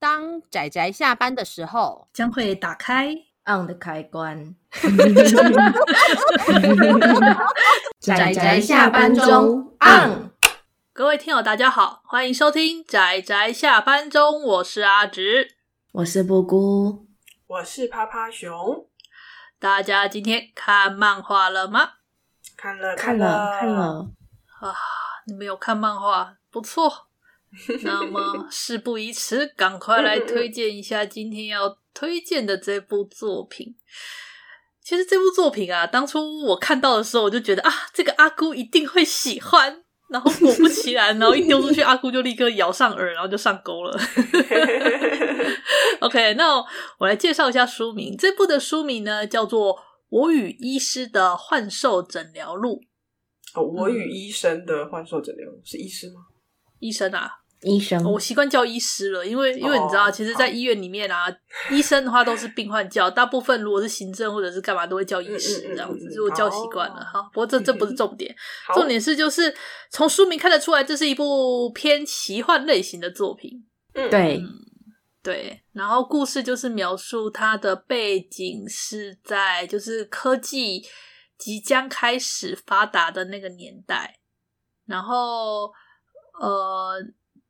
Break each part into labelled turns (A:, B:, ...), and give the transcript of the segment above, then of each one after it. A: 当仔仔下班的时候，
B: 将会打开。
C: on 的开 关。
A: 宅宅
C: 仔仔
A: 下
C: 下
A: 班
C: 班
A: 中
C: 中 on。
D: 各位听友，大家好，欢迎收听仔仔下班中，我是阿直。
C: 我是布姑，
E: 我是趴趴熊，
D: 大家今天看漫画了吗？
E: 看了
C: 看了看，了，
D: 你们有看漫画，不错。那么事不宜迟，赶快来推荐一下今天要推荐的这部作品。其实这部作品啊，当初我看到的时候，我就觉得啊，这个阿姑一定会喜欢。然后果不其然，然后一丢出去，阿姑就立刻咬上饵，然后就上钩了。OK，那 我来介绍一下书名。这部的书名呢，叫做《我与医师的幻兽诊疗录》。
E: 哦，我与医生的幻兽诊疗是医师吗？
D: 医生啊，
C: 医生
D: 我习惯叫医师了，因为因为你知道，
E: 哦
D: 其实，在医院里面啊，医生的话都是病患叫，大部分如果是行政或者是干嘛，都会叫医师
E: 嗯
D: 这
E: 嗯
D: 样
E: 嗯
D: 子，
E: 嗯
D: 就叫习惯了哈。
E: 哦
D: 不过这这不是重点，
E: 好
D: 重点是就是从书名看得出来，这是一部偏奇幻类型的作品。
E: 嗯，
C: 对
D: 嗯对，然后故事就是描述它的背景是在就是科技即将开始发达的那个年代，然后呃，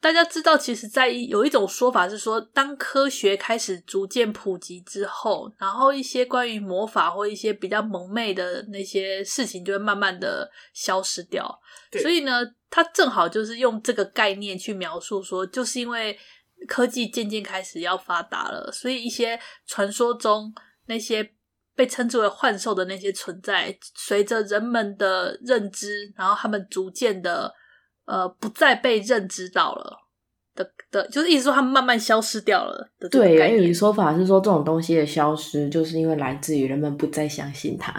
D: 大家知道，其实在一有一种说法是说，当科学开始逐渐普及之后，然后一些关于魔法或一些比较蒙昧的那些事情就会慢慢的消失掉。
E: 对
D: 所以呢，他正好就是用这个概念去描述说，就是因为科技渐渐开始要发达了，所以一些传说中那些被称之为幻兽的那些存在，随着人们的认知，然后他们逐渐的呃不再被认知到了的的，就是意思说他们慢慢消失掉了的这个
C: 对，
D: 概
C: 因为
D: 念
C: 你的说法是说这种东西的消失，就是因为来自于人们不再相信它。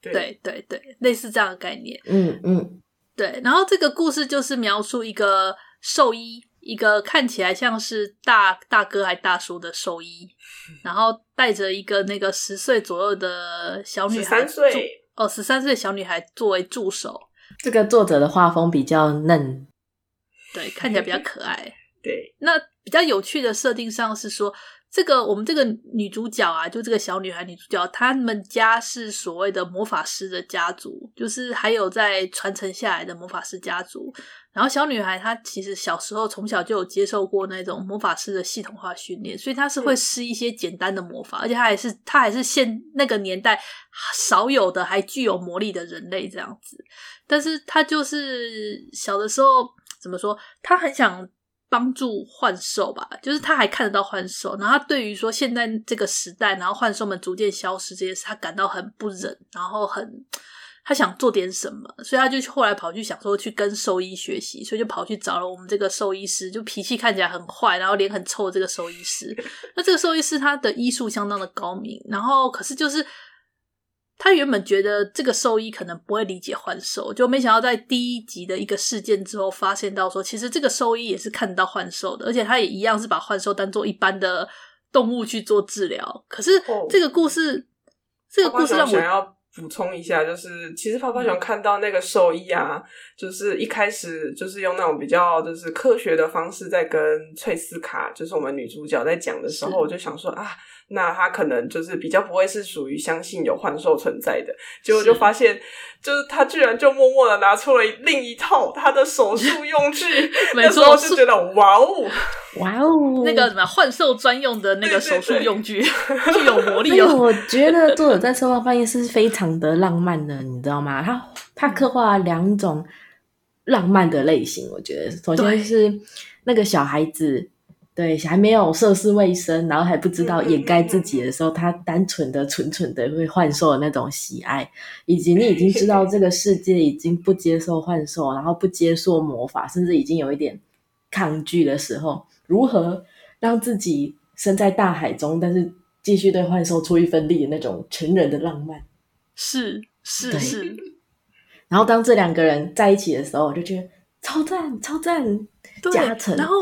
E: 对
D: 对对对，类似这样的概念。
C: 嗯嗯，
D: 对，然后这个故事就是描述一个兽医，一个看起来像是大大哥还大叔的兽 医，然后带着一个那个十岁左右的小女
E: 十
D: 孩，
E: 三岁，
D: 哦，十三岁的小女孩作为助手，
C: 这个作者的画风比较嫩，
D: 对，看起来比较可爱。
E: 对，
D: 那比较有趣的设定上是说，这个我们这个女主角啊，就这个小女孩女主角，她们家是所谓的魔法师的家族，就是还有在传承下来的魔法师家族。然后小女孩她其实小时候从小就有接受过那种魔法师的系统化训练，所以她是会施一些简单的魔法，而且她还是她还是现那个年代少有的还具有魔力的人类这样子。但是她就是小的时候怎么说，她很想帮助幻兽吧，就是他还看得到幻兽，然后他对于说现在这个时代，然后幻兽们逐渐消失这件事，他感到很不忍，然后很他想做点什么，所以他就后来跑去想说去跟兽医学习，所以就跑去找了我们这个兽医师，就脾气看起来很坏，然后脸很臭的这个兽医师。那这个兽医师他的医术相当的高明，然后可是就是他原本觉得这个兽医可能不会理解幻兽，就没想到在第一集的一个事件之后，发现到说其实这个兽医也是看得到幻兽的，而且他也一样是把幻兽当做一般的动物去做治疗。可是
E: 哦
D: 这个故事，这个
E: 泡泡
D: 故事
E: 熊
D: 让我嗯
E: 想要补充一下，就是其实泡泡熊看到那个兽医啊，就是一开始就是用那种比较就是科学的方式在跟翠丝卡，就是我们女主角在讲的时候，
D: 是，
E: 我就想说啊，那她可能就是比较不会是属于相信有幻兽存在的，结果就是发现就是她居然就默默的拿出了另一套她的手术用具
D: 没
E: 那时候
D: 错
E: 就觉得哇哦，
C: 哇哦，
D: 那个什么幻兽专用的那个手术用 具，具有魔
C: 所
D: 力
C: 以
D: 哦。
C: 哎我觉得作者在策划方面是非常的浪漫的，你知道吗？他
E: 嗯
C: 他刻画了两种浪漫的类型，我觉得首
D: 对
C: 先是那个小孩子，对，还没有涉世未深，然后还不知道
E: 嗯嗯
C: 掩盖自己的时候，他单纯的、纯纯的会幻兽的那种喜爱，以及你已经知道这个世界已经不接受幻兽，然后不接受魔法，甚至已经有一点抗拒的时候，如何让自己身在大海中，但是继续对幻兽出一份力的那种成人的浪漫。
D: 是是
C: 对
D: 是，
C: 然后当这两个人在一起的时候，我就觉得超赞超赞，
D: 对
C: 加成。
D: 嗯然后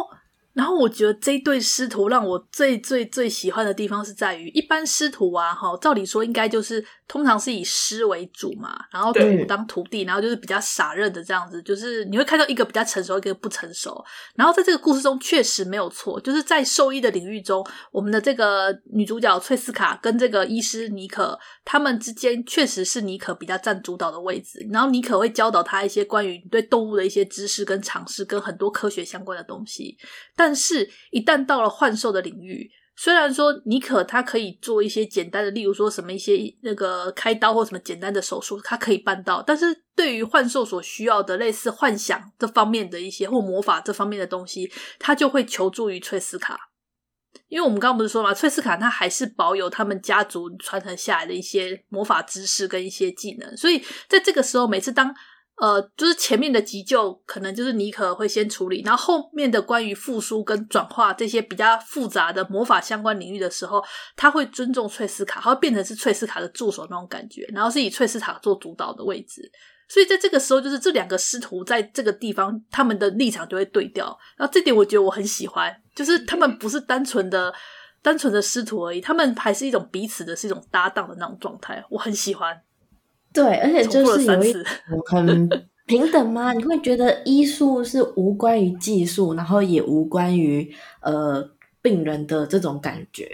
D: 然后我觉得这一对师徒让我最最最喜欢的地方是在于，一般师徒啊，哈，照理说应该就是通常是以师为主嘛，然后
E: 对
D: 徒当徒弟，然后就是比较傻认的这样子，就是你会看到一个比较成熟，一个不成熟。然后在这个故事中确实没有错，就是在兽医的领域中，我们的这个女主角翠丝卡跟这个医师尼可，他们之间确实是尼可比较占主导的位置，然后尼可会教导他一些关于对动物的一些知识跟常识，跟很多科学相关的东西。但是，一旦到了幻兽的领域，虽然说尼可他可以做一些简单的，例如说什么一些那个开刀或什么简单的手术，他可以办到。但是对于幻兽所需要的类似幻想这方面的一些或魔法这方面的东西，他就会求助于翠丝卡。因为我们刚刚不是说嘛，翠丝卡她还是保有他们家族传承下来的一些魔法知识跟一些技能，所以在这个时候，每次当呃，就是前面的急救可能就是尼可会先处理，然后后面的关于复苏跟转化这些比较复杂的魔法相关领域的时候，他会尊重翠丝卡，他会变成是翠丝卡的助手那种感觉，然后是以翠丝卡做主导的位置。所以在这个时候，就是这两个师徒在这个地方，他们的立场就会对调。然后这点我觉得我很喜欢，就是他们不是单纯的、单纯的师徒而已，他们还是一种彼此的是一种搭档的那种状态，我很喜欢。
C: 对，而且
D: 重
C: 就
D: 复了
C: 是有
D: 三
C: 一
D: 次，
C: 种很平等吗？你会觉得医术是无关于技术，然后也无关于呃病人的这种感觉。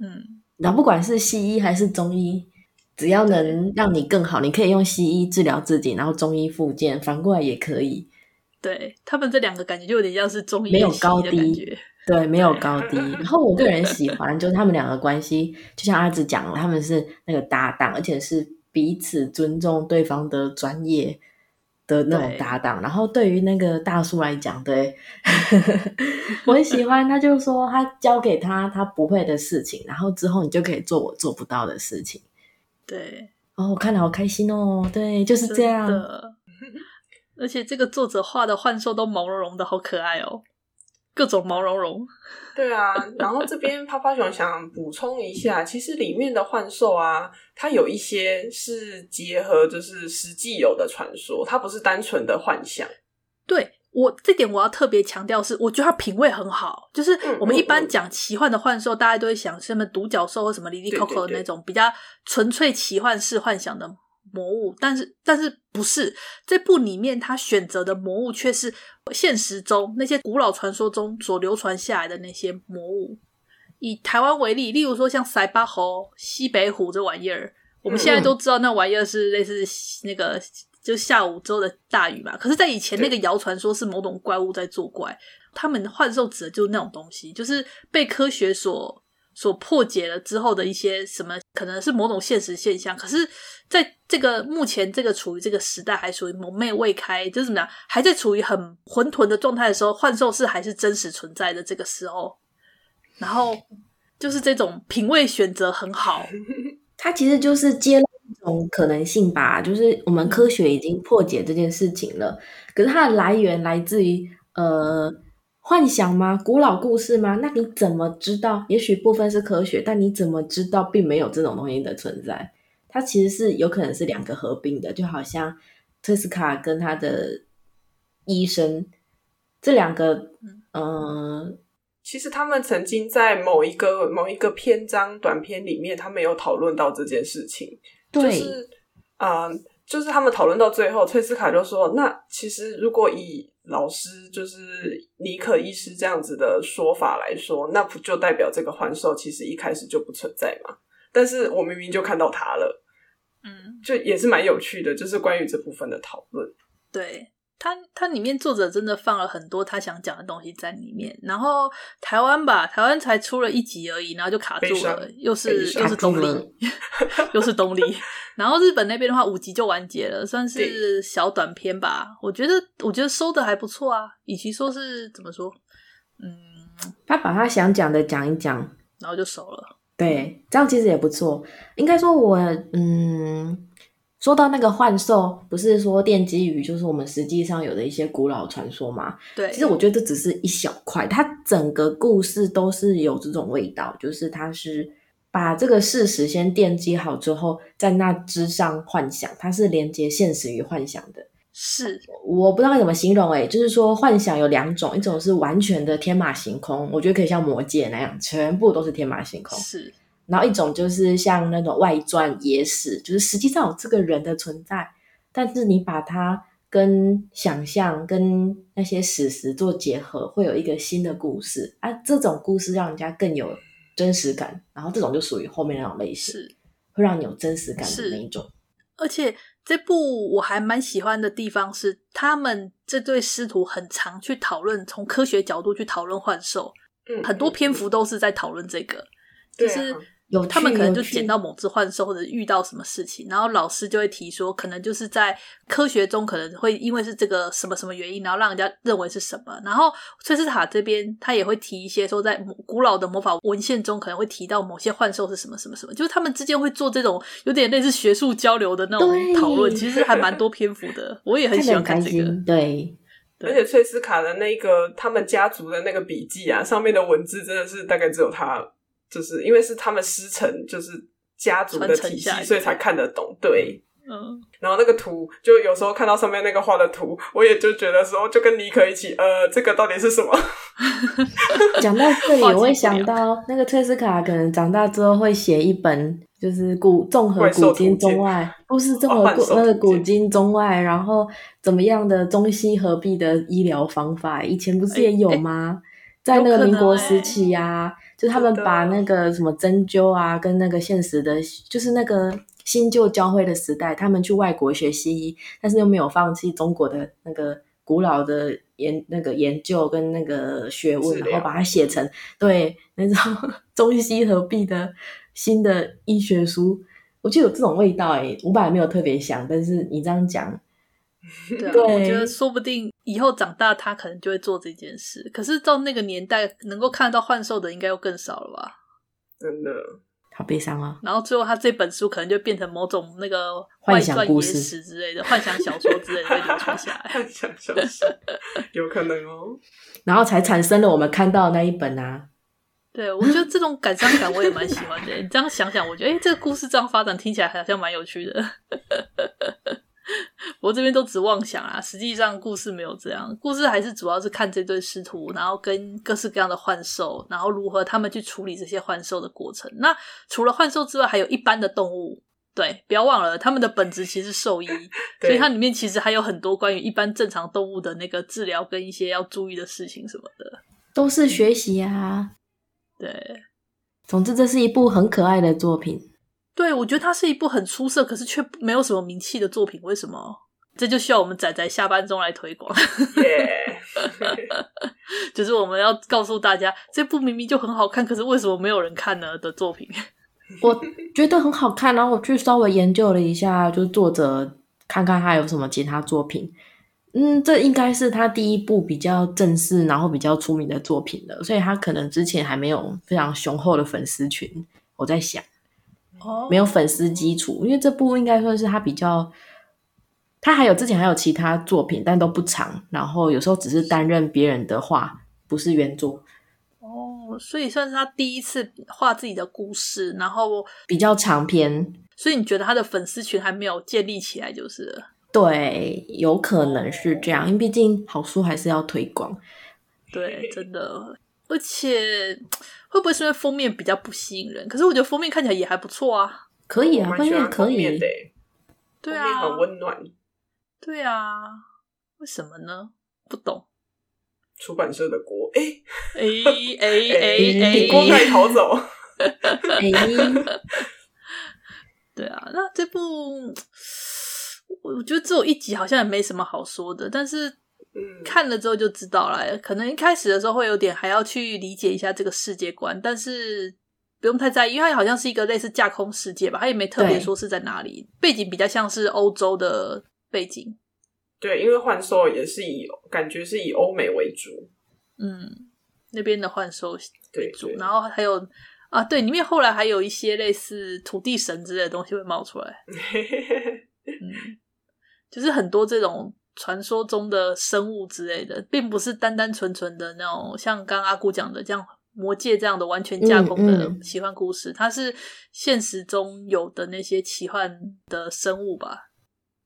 D: 嗯。
C: 然后不管是西医还是中医，只要能让你更好，你可以用西医治疗自己，然后中医复健，反过来也可以。
D: 对他们这两个感觉就有点像是中医
C: 没有
D: 跟西医
C: 高
D: 的
C: 低
D: 感觉，
C: 对，没有高低。然后我个人喜欢，就是他们两个关系，就像阿紫讲了，他们是那个搭档，而且是彼此尊重对方的专业的那种
D: 对
C: 搭档。然后对于那个大叔来讲，对 我很喜欢，他就说他交给他他不会的事情，然后之后你就可以做我做不到的事情。
D: 对，
C: 哦，我看了好开心哦，对，就是这样
D: 真。的。而且这个作者画的幻兽都毛茸茸的，好可爱哦，各种毛茸茸。
E: 对啊，然后这边泡泡熊想补充一下，其实里面的幻兽啊，它有一些是结合就是实际有的传说，它不是单纯的幻想。
D: 对我这点我要特别强调是，我觉得他品味很好。就是
E: 嗯
D: 我们一
E: 嗯
D: 般
E: 嗯
D: 讲奇幻的幻兽，大家都会想什么独角兽或什么 Lily
E: 对
D: Coco
E: 对
D: 那种比较纯粹奇幻式幻想的魔物，但是但是不是这部里面他选择的魔物却是现实中那些古老传说中所流传下来的那些魔物。以台湾为例，例如说像塞巴猴、西北虎这玩意儿，我们现在
C: 嗯
D: 都知道那玩意儿是类似那个就下午之后的大雨嘛。可是，在以前
E: 对
D: 那个谣传说是某种怪物在作怪，他们幻兽指的就是那种东西，就是被科学所所破解了之后的一些什么，可能是某种现实现象。可是，在这个目前这个处于这个时代还属于蒙昧未开，就是怎么样，还在处于很混沌的状态的时候，幻兽是还是真实存在的这个时候，然后就是这种品味选择很好，
C: 它其实就是揭露一种可能性吧，就是我们科学已经破解这件事情了，可是它的来源来自于呃幻想吗？古老故事吗？那你怎么知道？也许部分是科学，但你怎么知道并没有这种东西的存在？它其实是有可能是两个合并的，就好像特斯卡跟他的医生这两个，嗯、
E: 其实他们曾经在某一个某一个篇章短篇里面，他们有讨论到这件事情，
C: 对，
E: 就是啊、就是他们讨论到最后，崔斯卡就说：“那其实如果以老师就是尼可医师这样子的说法来说，那不就代表这个幻兽其实一开始就不存在吗？但是我明明就看到它了。”
D: 嗯。
E: 就也是蛮有趣的，就是关于这部分的讨论。
D: 对它，它里面作者真的放了很多他想讲的东西在里面。然后台湾吧，台湾才出了一集而已，然后就卡
E: 悲
D: 住
E: 伤
D: 了，又
E: 悲
D: 是
E: 伤
D: 又是东
C: 卡住了
D: 立， 又是东立。然后日本那边的话，五集就完结了，算是小短片吧。我觉得，我觉得收的还不错啊。与其说是怎么说，嗯，
C: 他把他想讲的讲一讲，
D: 然后就收了。
C: 对，这样其实也不错。应该说我，嗯，说到那个幻兽，不是说电击鱼，就是我们实际上有的一些古老传说嘛。
D: 对，
C: 其实我觉得这只是一小块，它整个故事都是有这种味道，就是它是把这个事实先奠基好之后，在那之上幻想，它是连接现实与幻想的。
D: 是
C: 我不知道该怎么形容诶、就是说幻想有两种，一种是完全的天马行空，我觉得可以像魔界那样，全部都是天马行空；
D: 是，
C: 然后一种就是像那种外传野史，就是实际上有这个人的存在，但是你把它跟想象、跟那些史实做结合，会有一个新的故事啊。这种故事让人家更有真实感，然后这种就属于后面那种类型，
D: 是，
C: 会让你有真实感的
D: 是
C: 那一种。
D: 而且这部我还蛮喜欢的地方是，他们这对师徒很常去讨论，从科学角度去讨论幻兽，
E: 嗯，
D: 很多篇幅都是在讨论这个。就
E: 对啊
D: 是
C: 有
D: 他们
C: 趣
D: 可能
C: 有
D: 就
C: 趣
D: 捡到某只幻兽或者遇到什么事情，然后老师就会提说，可能就是在科学中可能会因为是这个什么什么原因，然后让人家认为是什么。然后崔斯塔这边他也会提一些说，在某古老的魔法文献中可能会提到某些幻兽是什么什么什么，就是他们之间会做这种有点类似学术交流的那种
C: 对
D: 讨论，其实还蛮多篇幅的。我也很喜欢
C: 看
D: 看
C: 得
D: 这
C: 很开
D: 个，
C: 心，对，
E: 而且翠斯卡的那个他们家族的那个笔记啊，上面的文字真的是大概只有他，就是因为是他们师承，就是家族的
D: 传承
E: 体系
D: 下来，的
E: 所以才看得懂。对，
D: 嗯，
E: 然后那个图，就有时候看到上面那个画的图，我也就觉得说，就跟尼克一起，呃，这个到底是什么？
C: 讲到这里，
D: 话题
C: 我会
D: 不
C: 想
D: 聊
C: 到那个退斯卡，可能长大之后会写一本，就是古综合
E: 怪
C: 古
E: 兽图
C: 今中
E: 鉴
C: 外，不是综
E: 哦
C: 合
E: 幻
C: 古
E: 兽
C: 那个
E: 图
C: 古
E: 鉴
C: 今中外，然后怎么样的中西合璧的医疗方法，以前不是
D: 哎
C: 也有
D: 哎
C: 吗？在
D: 有
C: 那个
D: 可
C: 民
D: 能
C: 国
D: 哎
C: 时期呀、就他们
E: 真的
C: 把那个什么针灸啊，跟那个现实的，就是那个新旧交汇的时代，他们去外国学西医，但是又没有放弃中国的那个古老的研那个研究跟那个学问，
E: 治疗
C: 然后把它写成对那种 中西合璧的新的医学书。我就有这种味道诶、我本来没有特别想，但是你这样讲，
D: 对啊，
C: 对
D: 我觉得说不定以后长大他可能就会做这件事。可是到那个年代，能够看得到幻兽的应该又更少了吧？
E: 真的，
C: 好悲伤哦。
D: 然后最后他这本书可能就变成某种那个
C: 幻
D: 外
C: 想
D: 传
C: 故
D: 野
C: 事
D: 史之类的幻想小说之类的被流传下来。
E: 太想笑死， 有可能哦。
C: 然后才产生了我们看到的那一本啊，
D: 对，我觉得这种感伤感我也蛮喜欢的。你这样想想，我觉得哎、诶这个故事这样发展听起来好像蛮有趣的。 我这边都只妄想啊，实际上故事没有这样，故事还是主要是看这对师徒，然后跟各式各样的幻兽，然后如何他们去处理这些幻兽的过程。那除了幻兽之外，还有一般的动物。对，不要忘了，他们的本质其实是兽医，所以
E: 对
D: 它里面其实还有很多关于一般正常动物的那个治疗跟一些要注意的事情什么的。
C: 都是学习啊。
D: 对，
C: 总之，这是一部很可爱的作品。
D: 对，我觉得它是一部很出色，可是却没有什么名气的作品。为什么？这就需要我们仔仔下班中来推广，
E: 耶、
D: 就是我们要告诉大家，这部明明就很好看，可是为什么没有人看呢的作品？
C: 我觉得很好看，然后我去稍微研究了一下，就是作者看看他有什么其他作品。嗯，这应该是他第一部比较正式，然后比较出名的作品了，所以他可能之前还没有非常雄厚的粉丝群。我在想，
D: 哦
C: 没有粉丝基础，因为这部应该算是他比较，他还有之前还有其他作品，但都不长，然后有时候只是担任别人的画，不是原作，
D: 哦，所以算是他第一次画自己的故事，然后，
C: 比较长篇。
D: 所以你觉得他的粉丝群还没有建立起来，就是了
C: 对，有可能是这样，因为毕竟好书还是要推广。
D: 对，真的。而且会不会是因为封面比较不吸引人？可是我觉得封面看起来也还不错啊。
C: 可以
E: 我
C: 啊，
E: 蛮
C: 封
E: 喜
C: 面
E: 欢
C: 可
E: 封
C: 以
E: 面的，
D: 对
E: 封面
D: 啊，
E: 很温暖。
D: 对啊，为什么呢？不懂。
E: 出版社的锅，哎、
D: 哎哎哎
E: 你锅盖
D: 哎！
E: 逃走，
C: 哎，
D: 对啊，那这部我我觉得只有一集，好像也没什么好说的。但是
E: 嗯，
D: 看了之后就知道了，可能一开始的时候会有点还要去理解一下这个世界观，但是不用太在意，因为它好像是一个类似架空世界吧，它也没特别
C: 对
D: 说是在哪里，背景比较像是欧洲的背景。
E: 对，因为幻兽也是以感觉是以欧美为主，
D: 嗯，那边的幻兽
E: 对
D: 主
E: 对，
D: 然后还有啊，对，里面后来还有一些类似土地神之类的东西会冒出来，嗯，就是很多这种传说中的生物之类的，并不是单单纯纯的那种像刚刚阿姑讲的这样魔界这样的完全架空的
C: 嗯
D: 奇幻故事，它是现实中有的那些奇幻的生物吧。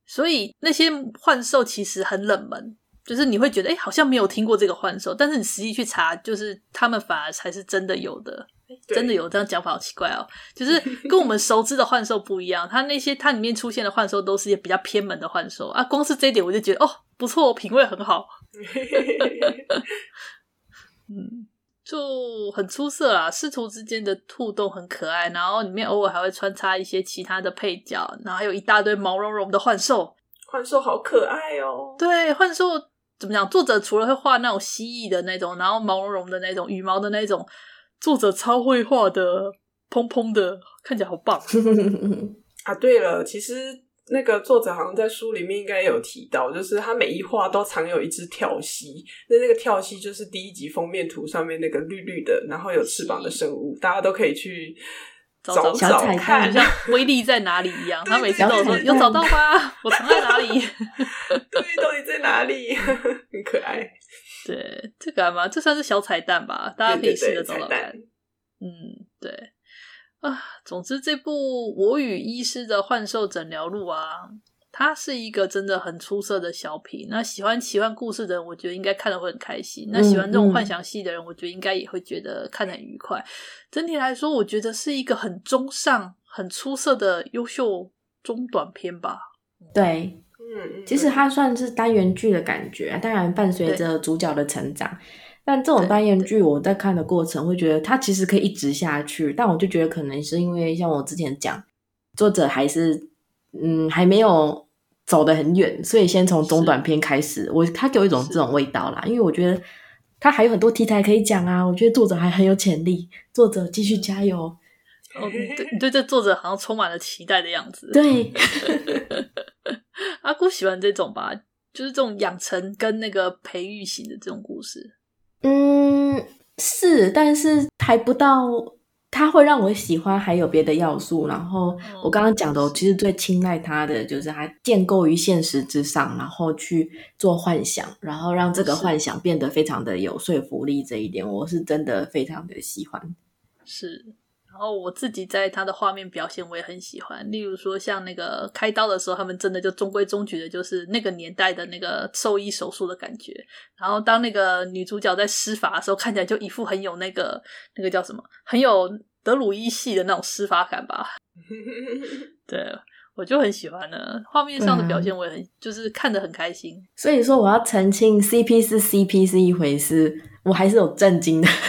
D: 所以那些幻兽其实很冷门，就是你会觉得哎、诶好像没有听过这个幻兽，但是你实际去查，就是他们反而才是真的有的。诶
E: 对
D: 真的有这样讲法好奇怪哦，就是跟我们熟知的幻兽不一样，它那些它里面出现的幻兽都是一些比较偏门的幻兽啊。光是这一点我就觉得哦不错，品味很好。嗯，就很出色啦，师徒之间的互动很可爱，然后里面偶尔还会穿插一些其他的配角，然后还有一大堆毛茸茸的幻兽。
E: 幻兽好可爱哦，
D: 对，幻兽怎么讲？作者除了会画那种蜥蜴的那种，然后毛茸茸的那种，羽毛的那种，作者超会画的，蓬蓬的，看起来好棒。
E: 啊，对了，其实那个作者好像在书里面应该有提到，就是他每一画都藏有一只跳蜥。那那个跳蜥就是第一集封面图上面那个绿绿的，然后有翅膀的生物，大家都可以去
D: 找
E: 找
D: 找
C: 小彩
E: 看
D: 就。像威力在哪里一样，他每次都有说
C: 对对
D: 有找到吗？我藏在哪里？
E: 对，到底在哪里？很可爱，
D: 对，这个嘛，这算是小彩蛋吧，大家可以
E: 对
D: 试着
E: 对对
D: 找
E: 彩
D: 找看
E: 蛋。。
D: 嗯，对啊，总之这部《我与医师的幻兽诊疗录》啊，它是一个真的很出色的小品。那喜欢奇幻故事的人，我觉得应该看得会很开心；那喜欢这
E: 嗯
D: 种幻想戏的人，我觉得应该也会觉得看得很愉快。整体来说，我觉得是一个很中上、很出色的优秀中短篇吧。
C: 对，
E: 嗯，嗯
C: 其实它算是单元剧的感觉，当然伴随着主角的成长。但这种
D: 对
C: 单元剧，我在看的过程会觉得它其实可以一直下去，但我就觉得可能是因为像我之前讲，作者还是嗯还没有走得很远，所以先从中短篇开始。我他给我一种
D: 是
C: 这种味道啦，因为我觉得他还有很多题材可以讲啊，我觉得作者还很有潜力，作者继续加油。
D: 哦，你对 你对这作者好像充满了期待的样子。
C: 对，
D: 阿姑喜欢这种吧，就是这种养成跟那个培育型的这种故事。
C: 嗯，是，但是还不到，它会让我喜欢，还有别的要素。然后我刚刚讲的，我其实最青睐它的就是它建构于现实之上，然后去做幻想，然后让这个
D: 是
C: 幻想变得非常的有说服力。这一点我是真的非常的喜欢。
D: 是，然后我自己在他的画面表现我也很喜欢，例如说像那个开刀的时候，他们真的就中规中矩的，就是那个年代的那个兽医手术的感觉。然后当那个女主角在施法的时候，看起来就一副很有那个那个叫什么，很有德鲁伊系的那种施法感吧。对，我就很喜欢呢，画面上的表现我也很，就是看得很开心。
C: 所以说，我要澄清，CP 是 CP 是一回事，我还是有震惊的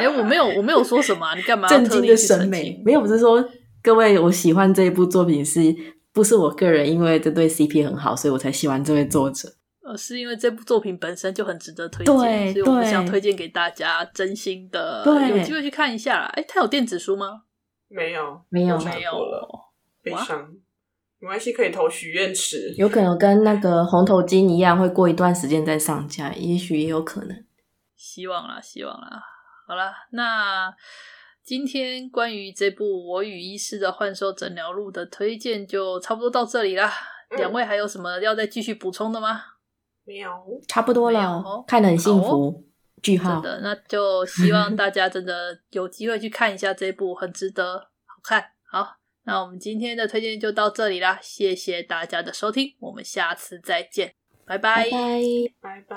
D: 哎、我没有，我没有说什么、啊，你干嘛要
C: 震
D: 特
C: 惊
D: 地
C: 的
D: 去
C: 审
D: 澄
C: 美
D: 清。
C: 没有，我是说各位，我喜欢这一部作品是。不是我个人，因为这对 CP 很好，所以我才喜欢这位作者。
D: 呃，是因为这部作品本身就很值得推荐，
C: 对
D: 所以我们
C: 对
D: 想推荐给大家，真心的，
C: 对
D: 有机会去看一下啦。哎，它有电子书吗？
E: 没有，
C: 没有
E: 我查
D: 没有
E: 过了，悲
D: 哇
E: 伤。没关系，可以投许愿池。
C: 有可能跟那个红头巾一样，会过一段时间再上架，也许也有可能。
D: 希望啦，希望啦。好啦，那今天关于这部《我与医师的幻兽诊疗录》的推荐就差不多到这里啦。
E: 嗯
D: 两位还有什么要再继续补充的吗？
E: 没有，
C: 差不多
D: 没有
C: 了
D: 哦，
C: 看得很幸
D: 好
C: 福。句号
D: 真，的，那就希望大家真的有机会去看一下这部，很值得，好看。好，那我们今天的推荐就到这里啦，谢谢大家的收听，我们下次再见，拜拜。
C: 拜拜。
E: 拜拜，